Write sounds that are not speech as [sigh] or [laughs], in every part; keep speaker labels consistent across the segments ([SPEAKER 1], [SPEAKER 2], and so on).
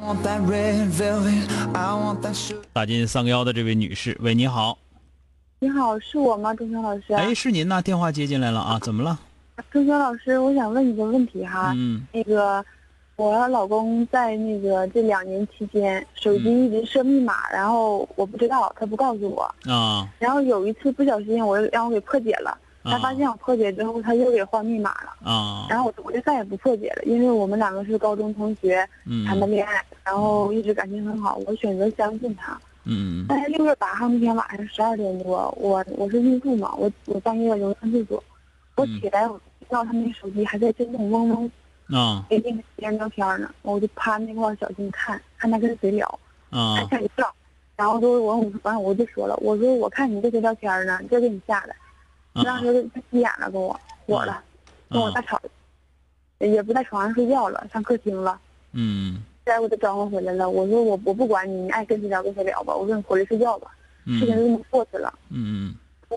[SPEAKER 1] I want that red velvet. I want that sugar.
[SPEAKER 2] 打进三个幺的这位女士，喂，你好，
[SPEAKER 3] 你好，是我吗，钟晓老师？
[SPEAKER 2] 哎，是您呐，电话接进来了啊，怎么了？
[SPEAKER 3] 钟晓老师，我想问一个问题哈，
[SPEAKER 2] 嗯
[SPEAKER 3] 那个我老公在那个这两年期间，手机一直设密码，然后我不知道，他不告诉我，
[SPEAKER 2] 啊
[SPEAKER 3] 然后有一次不小心我让我给破解了，他
[SPEAKER 2] 啊
[SPEAKER 3] 发现我破解之后，他又给换密码了，
[SPEAKER 2] 啊，
[SPEAKER 3] 然后我就我就再也不破解了，因为我们两个是高中同学，
[SPEAKER 2] 嗯
[SPEAKER 3] 谈的恋爱，然后一直感情很好，我选择相信他，
[SPEAKER 2] 嗯
[SPEAKER 3] 但哎是六月八号那天晚上十二点多，我我是孕妇嘛，我我半夜流上厕所，我
[SPEAKER 2] 嗯
[SPEAKER 3] 起来我听到他那手机还在震动嗡嗡，
[SPEAKER 2] 啊
[SPEAKER 3] 没那个时间聊天呢，我就趴那块儿小心看，看他跟谁聊，
[SPEAKER 2] 啊
[SPEAKER 3] 看下一道，然后就我我完我就说了，我说我看你跟谁聊天呢，这给你吓的，当
[SPEAKER 2] 啊嗯
[SPEAKER 3] 时他急眼了跟我，我了，跟我大吵，也不在床上睡觉了，上客厅了。
[SPEAKER 2] 嗯
[SPEAKER 3] 后来我就召唤回来了，我说我我不管你，你爱跟谁聊跟谁聊吧，我说你回来睡觉吧，事情就
[SPEAKER 2] 嗯
[SPEAKER 3] 这么过去了。
[SPEAKER 2] 嗯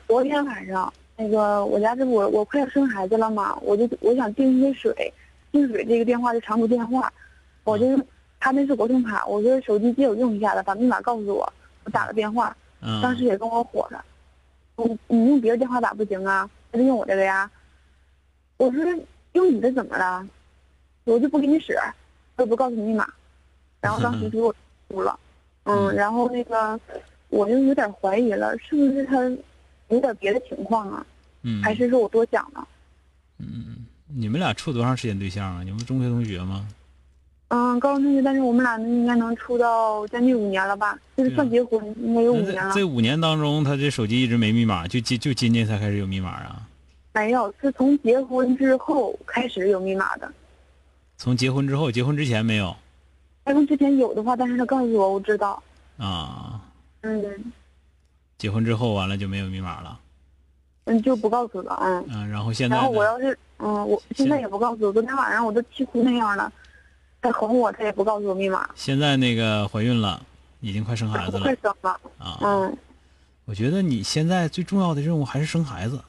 [SPEAKER 3] 昨天晚上，那个我家这不我我快要生孩子了嘛，我就我想订一些水，订水这个电话是长途电话，我就是他那是国政卡，我说手机借我用一下子，把密码告诉我，我打了电话，
[SPEAKER 2] 嗯，
[SPEAKER 3] 当时也跟我火了，你你用别的电话打不行啊，那就用我这个呀，我说哎用你的怎么了？我就不给你使，我也不告诉你密码，然后当时就给我哭
[SPEAKER 2] [laughs]
[SPEAKER 3] 了，嗯，
[SPEAKER 2] 嗯
[SPEAKER 3] 然后那个我就有点怀疑了，是不是他有点别的情况啊？
[SPEAKER 2] 嗯
[SPEAKER 3] 还是说我多想了？
[SPEAKER 2] 你们俩处多长时间对象啊？你们中学同学吗？
[SPEAKER 3] 嗯，高中同学，但是我们俩应该能处到将近五年了吧？就是算结婚，应该有五
[SPEAKER 2] 那
[SPEAKER 3] 年了
[SPEAKER 2] 啊这。这五年当中，他这手机一直没密码，就今就今年才开始有密码啊？
[SPEAKER 3] 没有，是从结婚之后开始有密码的。
[SPEAKER 2] 从结婚之后，结婚之前没有
[SPEAKER 3] 结婚之前有的话，但是他告诉我，我知道。
[SPEAKER 2] 啊？
[SPEAKER 3] 嗯
[SPEAKER 2] 结婚之后完了就没有密码了，
[SPEAKER 3] 嗯，就不告诉了。嗯，
[SPEAKER 2] 嗯、然后现在
[SPEAKER 3] 然
[SPEAKER 2] 呢
[SPEAKER 3] 后我要是嗯，我现在也不告诉我。昨天晚上我都气哭那样了，他哄我，他也不告诉我密码。
[SPEAKER 2] 现在那个怀孕了，已经快生孩
[SPEAKER 3] 我
[SPEAKER 2] 子
[SPEAKER 3] 快
[SPEAKER 2] 了
[SPEAKER 3] 生了。
[SPEAKER 2] 啊？
[SPEAKER 3] 嗯，
[SPEAKER 2] 我觉得你现在最重要的任务还是生孩子。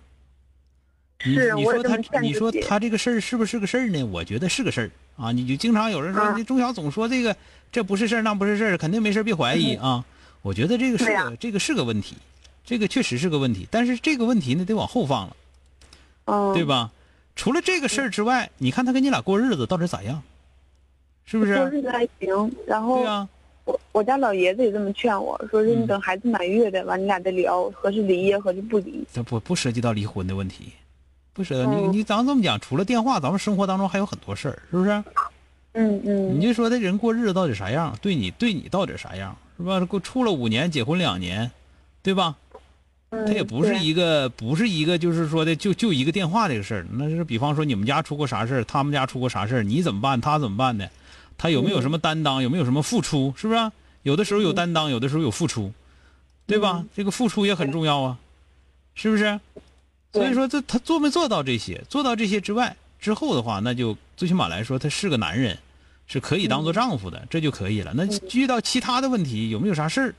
[SPEAKER 2] 你
[SPEAKER 3] 是
[SPEAKER 2] 你
[SPEAKER 3] 我
[SPEAKER 2] 说
[SPEAKER 3] 也这么
[SPEAKER 2] 他，
[SPEAKER 3] 劝
[SPEAKER 2] 你
[SPEAKER 3] 自
[SPEAKER 2] 说
[SPEAKER 3] 己
[SPEAKER 2] 他这个事儿是不是个事儿呢？我觉得是个事儿啊。你就经常有人说，
[SPEAKER 3] 啊
[SPEAKER 2] 那钟晓总说这个这不是事儿，那不是事儿，肯定没事儿，别怀疑啊。我觉得这个是
[SPEAKER 3] 嗯对呀
[SPEAKER 2] 个这个是个问题，这个确实是个问题。但是这个问题呢，得往后放了，
[SPEAKER 3] 嗯，
[SPEAKER 2] 对？吧？除了这个事儿之外，你看他跟你俩过日子到底咋样？是不
[SPEAKER 3] 过
[SPEAKER 2] 是？
[SPEAKER 3] 日子还行，然后
[SPEAKER 2] 对啊，
[SPEAKER 3] 我我家老爷子也这么劝我说是
[SPEAKER 2] 嗯
[SPEAKER 3] 你等孩子满月的，完你俩再聊，合适离呀，合适不离。
[SPEAKER 2] 这不不涉及到离婚的问题，不涉你
[SPEAKER 3] 嗯
[SPEAKER 2] 你咱这么讲，除了电话，咱们生活当中还有很多事儿，是不是？
[SPEAKER 3] 嗯嗯
[SPEAKER 2] 你，就说这人过日子到底啥样，对你对你到底啥样，是吧？过处了五年，结婚两年，对吧？
[SPEAKER 3] 他
[SPEAKER 2] 他
[SPEAKER 3] 嗯
[SPEAKER 2] 也不是一个不是一个，就是说的就就一个电话这个事儿。那就是比方说你们家出过啥事儿，他们家出过啥事儿，你怎么办，他怎么办的？他有没有什么担当，有没有什么付出，是不是啊、有的时候有担当，有的时候有付出，对吧？这个付出也很重要啊，是不是？所以
[SPEAKER 3] 对
[SPEAKER 2] 说这他做没做到这些，做到这些之外之后的话，那就最起码来说，他是个男人，是可以当做丈夫的，
[SPEAKER 3] 嗯
[SPEAKER 2] 这就可以了。那遇到其他的问题，有没有啥事儿？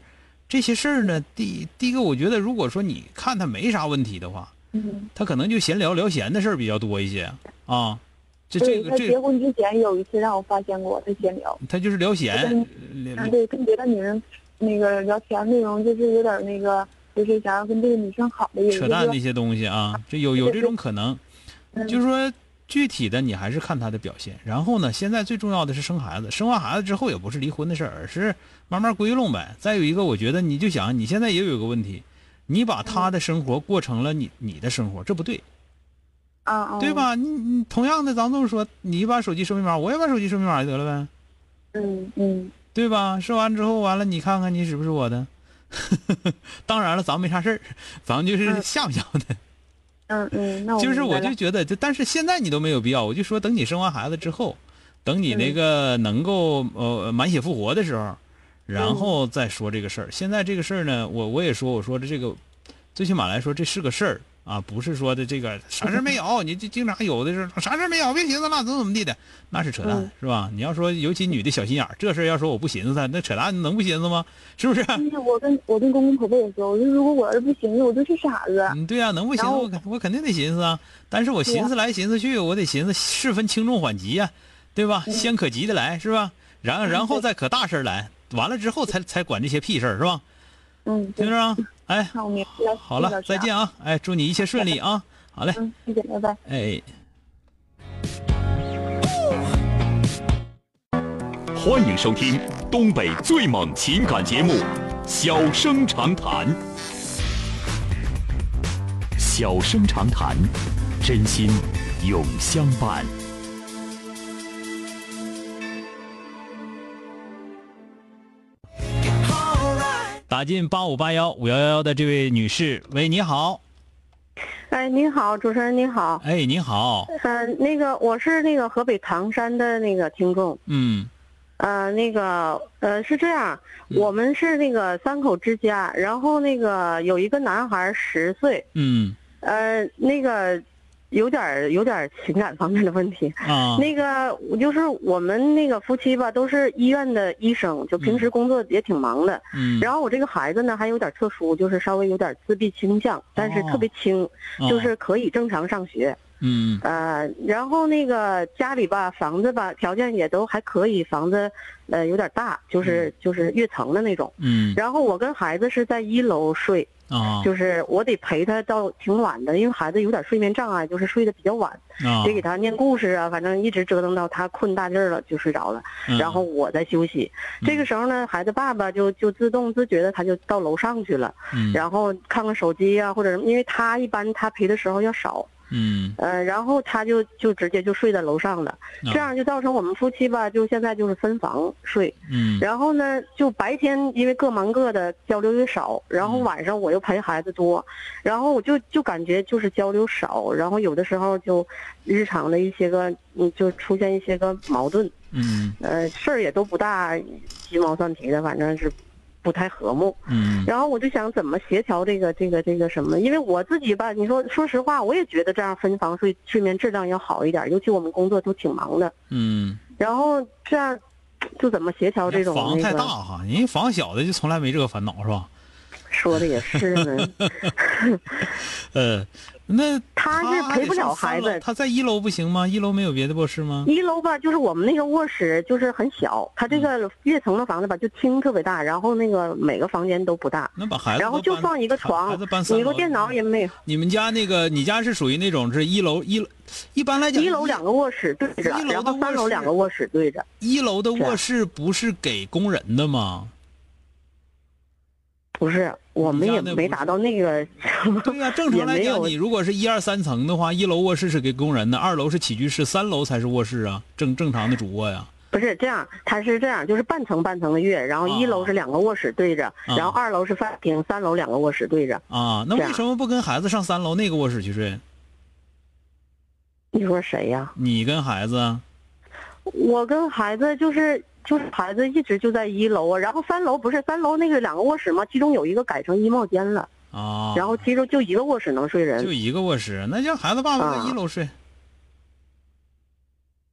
[SPEAKER 2] 这些事儿呢，第第一个，我觉得如果说你看他没啥问题的话，
[SPEAKER 3] 嗯，
[SPEAKER 2] 他可能就闲聊聊闲的事儿比较多一些啊。这这
[SPEAKER 3] 对
[SPEAKER 2] 个
[SPEAKER 3] 他
[SPEAKER 2] 这
[SPEAKER 3] 结
[SPEAKER 2] 个
[SPEAKER 3] 婚之前有一次让我发现过，他闲聊，
[SPEAKER 2] 他就是聊闲，呃聊
[SPEAKER 3] 啊，对，跟别的女人那个聊天内容就是有点那个，就是想要跟这个女生好的意思，
[SPEAKER 2] 扯
[SPEAKER 3] 就是
[SPEAKER 2] 淡
[SPEAKER 3] 说
[SPEAKER 2] 那些东西啊，这有有这种可能。
[SPEAKER 3] 嗯
[SPEAKER 2] 就是说，具体的你还是看他的表现。然后呢，现在最重要的是生孩子，生完孩子之后也不是离婚的事儿，而是慢慢归拢呗。再有一个，我觉得你就想，你现在也有一个问题，你把他的生活过成了你你的生活，这不对，
[SPEAKER 4] 嗯
[SPEAKER 3] 哦
[SPEAKER 4] 嗯，
[SPEAKER 2] 对？吧？你你同样的，咱这么说，你把手机设密码，我也把手机设密码得了呗，
[SPEAKER 4] 嗯嗯，
[SPEAKER 2] 对吧？设完之后，完了你看看你是不是我的。 [laughs] 当然了，咱没啥事儿，咱们就是
[SPEAKER 4] 嗯
[SPEAKER 2] 吓唬吓唬他。
[SPEAKER 4] 嗯嗯，那我
[SPEAKER 2] 就是
[SPEAKER 4] 明
[SPEAKER 2] 我
[SPEAKER 4] 白
[SPEAKER 2] 就
[SPEAKER 4] 了
[SPEAKER 2] 觉得，就但是现在你都没有必要，我就说等你生完孩子之后，等你
[SPEAKER 4] 嗯
[SPEAKER 2] 那个能够呃满血复活的时候，
[SPEAKER 4] 嗯
[SPEAKER 2] 然后再说这个事儿。现在这个事儿呢，我我也说，我说的这个，最起码来说这是个事儿啊，不是说的这个啥事儿没有，你就经常有的是啥事儿没有，别寻思了，怎么怎么地的，那是扯淡、
[SPEAKER 4] 嗯
[SPEAKER 2] 是吧？你要说尤其女的小心眼儿，这事儿要说我不寻思它，那扯淡能不寻思吗？是不是？
[SPEAKER 4] 但是我跟我跟公公婆婆也说，我说如果我要是不寻思，我就是傻子。
[SPEAKER 2] 嗯，对啊，能不寻思
[SPEAKER 4] 然后
[SPEAKER 2] 我肯我肯定得寻思啊，但是我
[SPEAKER 4] 对
[SPEAKER 2] 寻
[SPEAKER 4] 啊
[SPEAKER 2] 思来寻思去，我得寻思事分轻重缓急呀、对吧？
[SPEAKER 3] 嗯
[SPEAKER 2] 先可急的来是吧？然然后再可大事儿来，完了之后才才管这些屁事儿是吧？
[SPEAKER 4] 嗯，
[SPEAKER 2] 听
[SPEAKER 4] 对
[SPEAKER 2] 着啊，哎，
[SPEAKER 4] 那我明白了。
[SPEAKER 2] 好
[SPEAKER 4] 谢
[SPEAKER 2] 了，
[SPEAKER 4] 老师
[SPEAKER 2] 再
[SPEAKER 4] 啊。
[SPEAKER 2] 见啊，哎，祝你一切顺利
[SPEAKER 3] [laughs]
[SPEAKER 2] 啊，好嘞，
[SPEAKER 4] 嗯，谢谢，拜拜。
[SPEAKER 2] 哎。
[SPEAKER 5] 欢迎收听东北最猛情感节目《小生长谈》。小生长谈，真心永相伴。
[SPEAKER 2] 打进八五八幺五幺幺幺的这位女士，喂，你好，
[SPEAKER 3] 哎，您好，主持人您好。
[SPEAKER 2] 哎，你好，
[SPEAKER 4] 嗯
[SPEAKER 3] 呃，那个我是那个河北唐山的那个听众。
[SPEAKER 2] 嗯
[SPEAKER 3] 呃，那个呃是这样，我们是那个三口之家，然后那个有一个男孩十岁，
[SPEAKER 2] 嗯
[SPEAKER 3] 呃，那个有点儿有点儿情感方面的问题。
[SPEAKER 2] 啊，
[SPEAKER 3] 那个我就是我们那个夫妻吧，都是医院的医生，就平时工作也挺忙的。
[SPEAKER 2] 嗯，
[SPEAKER 3] 然后我这个孩子呢，还有点特殊，就是稍微有点自闭倾向，但是特别轻，
[SPEAKER 2] 哦
[SPEAKER 3] 就是可以正常上学。
[SPEAKER 2] 嗯
[SPEAKER 3] 呃，然后那个家里吧，房子吧，条件也都还可以，房子呃有点大，就是、就是跃层的那种。
[SPEAKER 2] 嗯
[SPEAKER 3] 然后我跟孩子是在一楼睡，
[SPEAKER 2] 啊
[SPEAKER 3] 就是我得陪他到挺晚的，因为孩子有点睡眠障碍，就是睡得比较晚，
[SPEAKER 2] 啊，
[SPEAKER 3] 得给他念故事啊，反正一直折腾到他困大劲儿了就睡着了，
[SPEAKER 2] 嗯
[SPEAKER 3] 然后我在休息。这个时候呢，孩子爸爸就就自动自觉的他就到楼上去了，
[SPEAKER 2] 嗯
[SPEAKER 3] 然后看看手机啊，或者什么因为他一般他陪的时候要少，
[SPEAKER 2] 嗯
[SPEAKER 3] 呃，然后他就就直接就睡在楼上
[SPEAKER 2] 啊
[SPEAKER 3] 了，这样就造成我们夫妻吧，就现在就是分房睡。
[SPEAKER 2] 嗯
[SPEAKER 3] 然后呢，就白天因为各忙各的，交流也少，然
[SPEAKER 2] 嗯
[SPEAKER 3] 后晚上我又陪孩子多，然后我就就感觉就是交流少，然后有的时候就日常的一些个嗯，就出现一些个矛盾，
[SPEAKER 2] 嗯
[SPEAKER 3] 呃，事儿也都不大，鸡毛蒜皮的，反正是不太和睦。
[SPEAKER 2] 嗯
[SPEAKER 3] 然后我就想怎么协调这个这个这个什么，因为我自己吧，你说说实话，我也觉得这样分房睡睡眠质量要好一点，尤其我们工作都挺忙的，
[SPEAKER 2] 嗯，
[SPEAKER 3] 然后这样就怎么协调这种
[SPEAKER 2] 房
[SPEAKER 3] 那
[SPEAKER 2] 太
[SPEAKER 3] 个
[SPEAKER 2] 大哈，人家房小的就从来没这个烦恼是吧？
[SPEAKER 3] 说的也是
[SPEAKER 2] [laughs]
[SPEAKER 3] 呢，
[SPEAKER 2] 呃，那
[SPEAKER 3] 他是
[SPEAKER 2] 还
[SPEAKER 3] 陪
[SPEAKER 2] 得
[SPEAKER 3] 不
[SPEAKER 2] 上
[SPEAKER 3] 了
[SPEAKER 2] 三
[SPEAKER 3] 孩
[SPEAKER 2] 楼
[SPEAKER 3] 子
[SPEAKER 2] 他在一楼不行吗？一楼没有别的卧室吗？
[SPEAKER 3] 一楼吧，就是我们那个卧室就是很小，它这
[SPEAKER 2] 嗯
[SPEAKER 3] 个跃层的房子吧，就厅特别大，然后那个每个房间都不大，
[SPEAKER 2] 那把孩子
[SPEAKER 3] 然后
[SPEAKER 2] 都
[SPEAKER 3] 就
[SPEAKER 2] 搬
[SPEAKER 3] 放一个
[SPEAKER 2] 孩
[SPEAKER 3] 床
[SPEAKER 2] 孩子搬，三
[SPEAKER 3] 你一
[SPEAKER 2] 楼
[SPEAKER 3] 个电脑也没有，
[SPEAKER 2] 你们家那个，你家是属于那种是一楼一楼，一般来讲
[SPEAKER 3] 一楼两个卧室对着
[SPEAKER 2] 哎一楼，的
[SPEAKER 3] 然后三
[SPEAKER 2] 卧室
[SPEAKER 3] 楼两个卧室对着，
[SPEAKER 2] 一楼的
[SPEAKER 3] 啊
[SPEAKER 2] 卧室不是给工人的吗？
[SPEAKER 3] 不是，我们
[SPEAKER 2] 你家
[SPEAKER 3] 也
[SPEAKER 2] 那不
[SPEAKER 3] 没
[SPEAKER 2] 是
[SPEAKER 3] 达到
[SPEAKER 2] [laughs]
[SPEAKER 3] 那个。
[SPEAKER 2] 对呀、正常来
[SPEAKER 3] 也没
[SPEAKER 2] 讲，
[SPEAKER 3] 有
[SPEAKER 2] 你如果是一二三层的话，一楼卧室是给工人的，二楼是起居室，三楼才是卧室啊，正正常的主卧呀。
[SPEAKER 3] 不是这样，它是这样，就是半层半层的月，然后一
[SPEAKER 2] 哦
[SPEAKER 3] 楼是两个卧室对着，
[SPEAKER 2] 啊
[SPEAKER 3] 然后二楼是饭厅，三楼两个卧室对着。
[SPEAKER 2] 啊，那
[SPEAKER 3] 是
[SPEAKER 2] 为
[SPEAKER 3] 啊
[SPEAKER 2] 什么不跟孩子上三楼那个卧室去睡？
[SPEAKER 3] 你说谁呀、
[SPEAKER 2] 你跟孩子啊？
[SPEAKER 3] 我跟孩子就是就是孩子一直就在一楼啊，然后三楼不是三楼那个两个卧室吗？其中有一个改成衣帽间了，
[SPEAKER 2] 啊，
[SPEAKER 3] 然后其中就一个卧室能睡
[SPEAKER 2] 就
[SPEAKER 3] 人，
[SPEAKER 2] 一个卧室，那让孩子爸
[SPEAKER 3] 啊
[SPEAKER 2] 爸在一楼睡。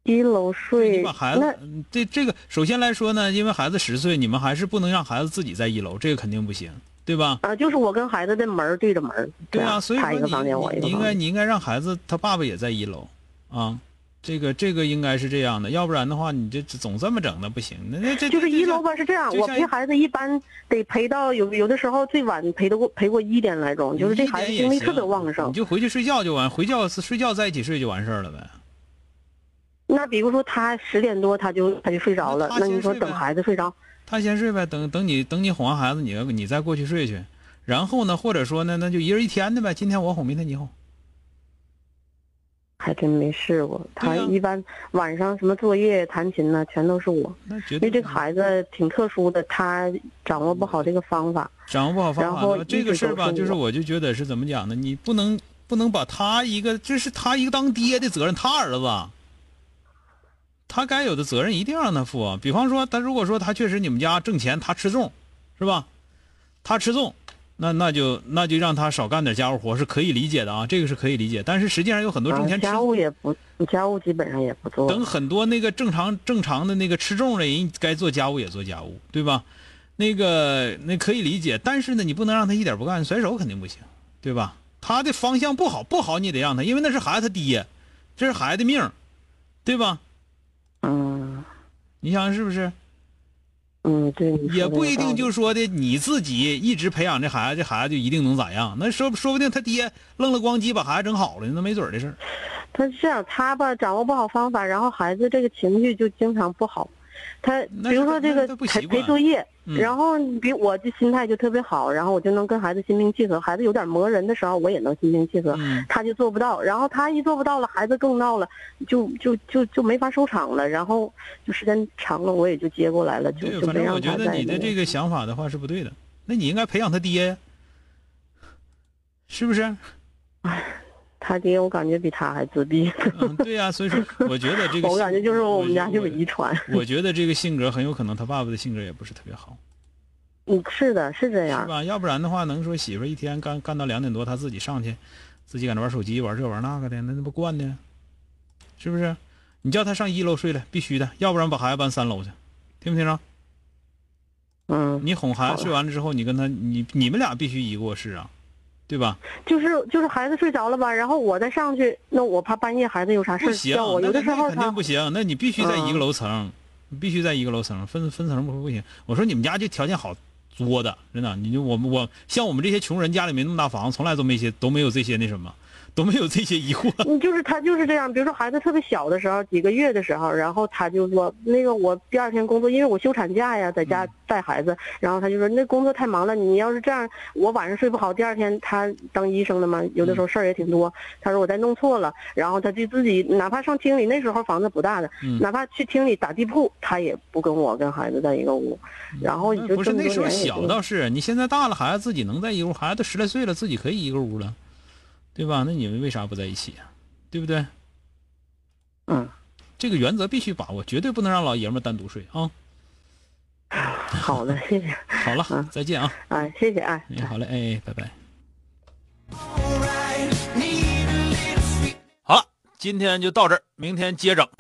[SPEAKER 3] 一楼
[SPEAKER 2] 你
[SPEAKER 3] 睡
[SPEAKER 2] 把孩子
[SPEAKER 3] 那
[SPEAKER 2] 嗯这这个，首先来说呢，因为孩子十岁，你们还是不能让孩子自己在一楼，这个肯定不行，对吧？
[SPEAKER 3] 啊、就是我跟孩子的门儿对着门儿，
[SPEAKER 2] 对
[SPEAKER 3] 啊，
[SPEAKER 2] 所以
[SPEAKER 3] 他一个
[SPEAKER 2] 说
[SPEAKER 3] 房
[SPEAKER 2] 你
[SPEAKER 3] 间我一
[SPEAKER 2] 你你应
[SPEAKER 3] 个房
[SPEAKER 2] 该
[SPEAKER 3] 间。
[SPEAKER 2] 你应该让孩子他爸爸也在一楼啊，这个这个应该是这样的，要不然的话你这这总这么整那不行，那那这
[SPEAKER 3] 就是
[SPEAKER 2] 这
[SPEAKER 3] 一
[SPEAKER 2] 这
[SPEAKER 3] 楼吧，是这样，
[SPEAKER 2] 就
[SPEAKER 3] 我
[SPEAKER 2] 像
[SPEAKER 3] 陪
[SPEAKER 2] 一
[SPEAKER 3] 孩子一般得陪到有有的时候最晚陪得过陪过一点来钟，就是这
[SPEAKER 2] 一
[SPEAKER 3] 孩子
[SPEAKER 2] 点也
[SPEAKER 3] 精力
[SPEAKER 2] 行
[SPEAKER 3] 特别旺盛
[SPEAKER 2] 你。就回去睡觉就完，回觉睡觉在一起睡就完事儿了呗。
[SPEAKER 3] 那比如说他十点多他就他就睡着了
[SPEAKER 2] 那，他
[SPEAKER 3] 那
[SPEAKER 2] 先
[SPEAKER 3] 你说
[SPEAKER 2] 睡
[SPEAKER 3] 等
[SPEAKER 2] 呗
[SPEAKER 3] 孩子睡着，
[SPEAKER 2] 他先睡呗，等等你等你哄完孩子，你你再过去睡去。然后呢，或者说呢，那就一人一天的呗，今天我哄，明天你哄。
[SPEAKER 3] 还真没试过。他
[SPEAKER 2] 对呀
[SPEAKER 3] 一般晚上什么作业、弹琴呢，全都是我，
[SPEAKER 2] 那绝
[SPEAKER 3] 因
[SPEAKER 2] 对
[SPEAKER 3] 为这个孩子挺特殊的，他掌握不好这个方法。
[SPEAKER 2] 掌握不好方
[SPEAKER 3] 然
[SPEAKER 2] 法
[SPEAKER 3] 后
[SPEAKER 2] 的话
[SPEAKER 3] 一
[SPEAKER 2] 这个
[SPEAKER 3] 直
[SPEAKER 2] 事儿
[SPEAKER 3] 都
[SPEAKER 2] 吧，
[SPEAKER 3] 是
[SPEAKER 2] 就是
[SPEAKER 3] 我
[SPEAKER 2] 我就觉得是怎么讲呢？你不能不能把他一个，这是他一个当爹的责任，他儿子，他该有的责任一定让他负啊。比方说，他如果说他确实你们家挣钱，他吃重，是吧？他吃重，那那就那就让他少干点家务活是可以理解的啊，这个是可以理解。但是实际上有很多
[SPEAKER 3] 啊
[SPEAKER 2] 挣钱吃
[SPEAKER 3] 家务也不，家务基本上也不做。
[SPEAKER 2] 等很多那个正常正常的那个吃重的人，该做家务也做家务，对吧？那个那可以理解，但是呢，你不能让他一点不干，甩手肯定不行，对吧？他的方向不好，不好你也得让他，因为那是孩子他爹，这是孩子的命儿，对吧？
[SPEAKER 3] 嗯
[SPEAKER 2] 你想想是不是？
[SPEAKER 3] 嗯，对，你说
[SPEAKER 2] 也
[SPEAKER 3] 的
[SPEAKER 2] 不
[SPEAKER 3] 有
[SPEAKER 2] 一
[SPEAKER 3] 道
[SPEAKER 2] 定
[SPEAKER 3] 理
[SPEAKER 2] 就说的你自己一直培养这孩子，这孩子就一定能咋样？那说说不定他爹愣了光叽把孩子整好了，那没准儿的事儿。
[SPEAKER 3] 他是这样，他吧掌握不好方法，然后孩子这个情绪就经常不好。他
[SPEAKER 2] 那
[SPEAKER 3] 比如
[SPEAKER 2] 是
[SPEAKER 3] 说
[SPEAKER 2] 他那
[SPEAKER 3] 这个
[SPEAKER 2] 他不
[SPEAKER 3] 陪
[SPEAKER 2] 习
[SPEAKER 3] 陪
[SPEAKER 2] 惯
[SPEAKER 3] 作业，
[SPEAKER 2] 嗯
[SPEAKER 3] 然后比我这心态就特别好，然后我就能跟孩子心平气和。孩子有点磨人的时候，我也能心平气和，
[SPEAKER 2] 嗯
[SPEAKER 3] 他就做不到。然后他一做不到了，孩子更闹了，就就就就没法收场了。然后就时间长了，我也就接过来了，就
[SPEAKER 2] 对，
[SPEAKER 3] 就
[SPEAKER 2] 哎反
[SPEAKER 3] 没
[SPEAKER 2] 正我
[SPEAKER 3] 让
[SPEAKER 2] 觉
[SPEAKER 3] 他
[SPEAKER 2] 得
[SPEAKER 3] 再
[SPEAKER 2] 你
[SPEAKER 3] 那
[SPEAKER 2] 的
[SPEAKER 3] 个
[SPEAKER 2] 这个想法的话是不对的，那你应该培养他爹呀，是不
[SPEAKER 3] [laughs]
[SPEAKER 2] 是？
[SPEAKER 3] 他爹，我感觉比他还自闭。
[SPEAKER 2] 嗯，对呀、所以说我觉得这个性，
[SPEAKER 3] [laughs] 我感觉就是我们家就
[SPEAKER 2] 我
[SPEAKER 3] 有遗传。
[SPEAKER 2] 我觉得这个性格很有可能他爸爸的性格也不是特别好，
[SPEAKER 3] 嗯，是的，是这
[SPEAKER 2] 是
[SPEAKER 3] 样。
[SPEAKER 2] 吧？要不然的话，能说媳妇儿一天干干到两点多，他自己上去，自己搁那玩手机玩这玩那个的，那那不惯的，是不是？你叫他上一楼睡了，必须的，要不然把孩子搬三楼去，听没听着？
[SPEAKER 3] 嗯。
[SPEAKER 2] 你哄孩
[SPEAKER 3] 好
[SPEAKER 2] 子
[SPEAKER 3] 的
[SPEAKER 2] 睡完了之后，你跟他，你你们俩必须一个卧室啊，对吧？
[SPEAKER 3] 就是就是孩子睡着了吧，然后我再上去，那我怕半夜孩子有啥事
[SPEAKER 2] 不
[SPEAKER 3] 儿
[SPEAKER 2] 行
[SPEAKER 3] 叫，我，
[SPEAKER 2] 那
[SPEAKER 3] 有的时
[SPEAKER 2] 那
[SPEAKER 3] 候
[SPEAKER 2] 肯
[SPEAKER 3] 他
[SPEAKER 2] 定不行，那你必须在一个
[SPEAKER 3] 嗯
[SPEAKER 2] 楼层，你必须在一个楼层，分分层不不行。我说你们家这条件好作的，真的，你就我们我像我们这些穷人，家里没那么大房子，从来都没些都没有这些那什么，都没有这些疑惑。
[SPEAKER 3] 嗯，就是他就是这样。比如说孩子特别小的时候，几个月的时候，然后他就说那个我第二天工作，因为我休产假呀，在家
[SPEAKER 2] 嗯
[SPEAKER 3] 带孩子，然后他就说那工作太忙了，你要是这样，我晚上睡不好，第二天他当医生的嘛，有的时候
[SPEAKER 2] 嗯
[SPEAKER 3] 事儿也挺多。他说我再弄错了，然后他就自己哪怕上厅里，那时候房子不大的，
[SPEAKER 2] 嗯
[SPEAKER 3] 哪怕去厅里打地铺，他也不跟我跟孩子在一个屋。然后 [laughs] 你就
[SPEAKER 2] 不是
[SPEAKER 3] 这
[SPEAKER 2] 嗯
[SPEAKER 3] 么
[SPEAKER 2] 那
[SPEAKER 3] 多
[SPEAKER 2] 时候
[SPEAKER 3] 年也
[SPEAKER 2] 小
[SPEAKER 3] 就
[SPEAKER 2] 倒是，你现在大了，孩子自己能在一个屋，孩子都十来岁了，自己可以一个屋了，对吧？那你们为啥不在一起啊？对不对？
[SPEAKER 3] 嗯。
[SPEAKER 2] 这个原则必须把握，绝对不能让老爷们儿单独睡啊！
[SPEAKER 3] 好的，谢谢，
[SPEAKER 2] 好了，
[SPEAKER 3] 嗯
[SPEAKER 2] 再见啊！
[SPEAKER 3] 哎，谢谢，哎，
[SPEAKER 2] 哎，好嘞，哎，拜拜。
[SPEAKER 1] Alright, need a little sweet.
[SPEAKER 2] 好了，今天就到这儿，明天接着。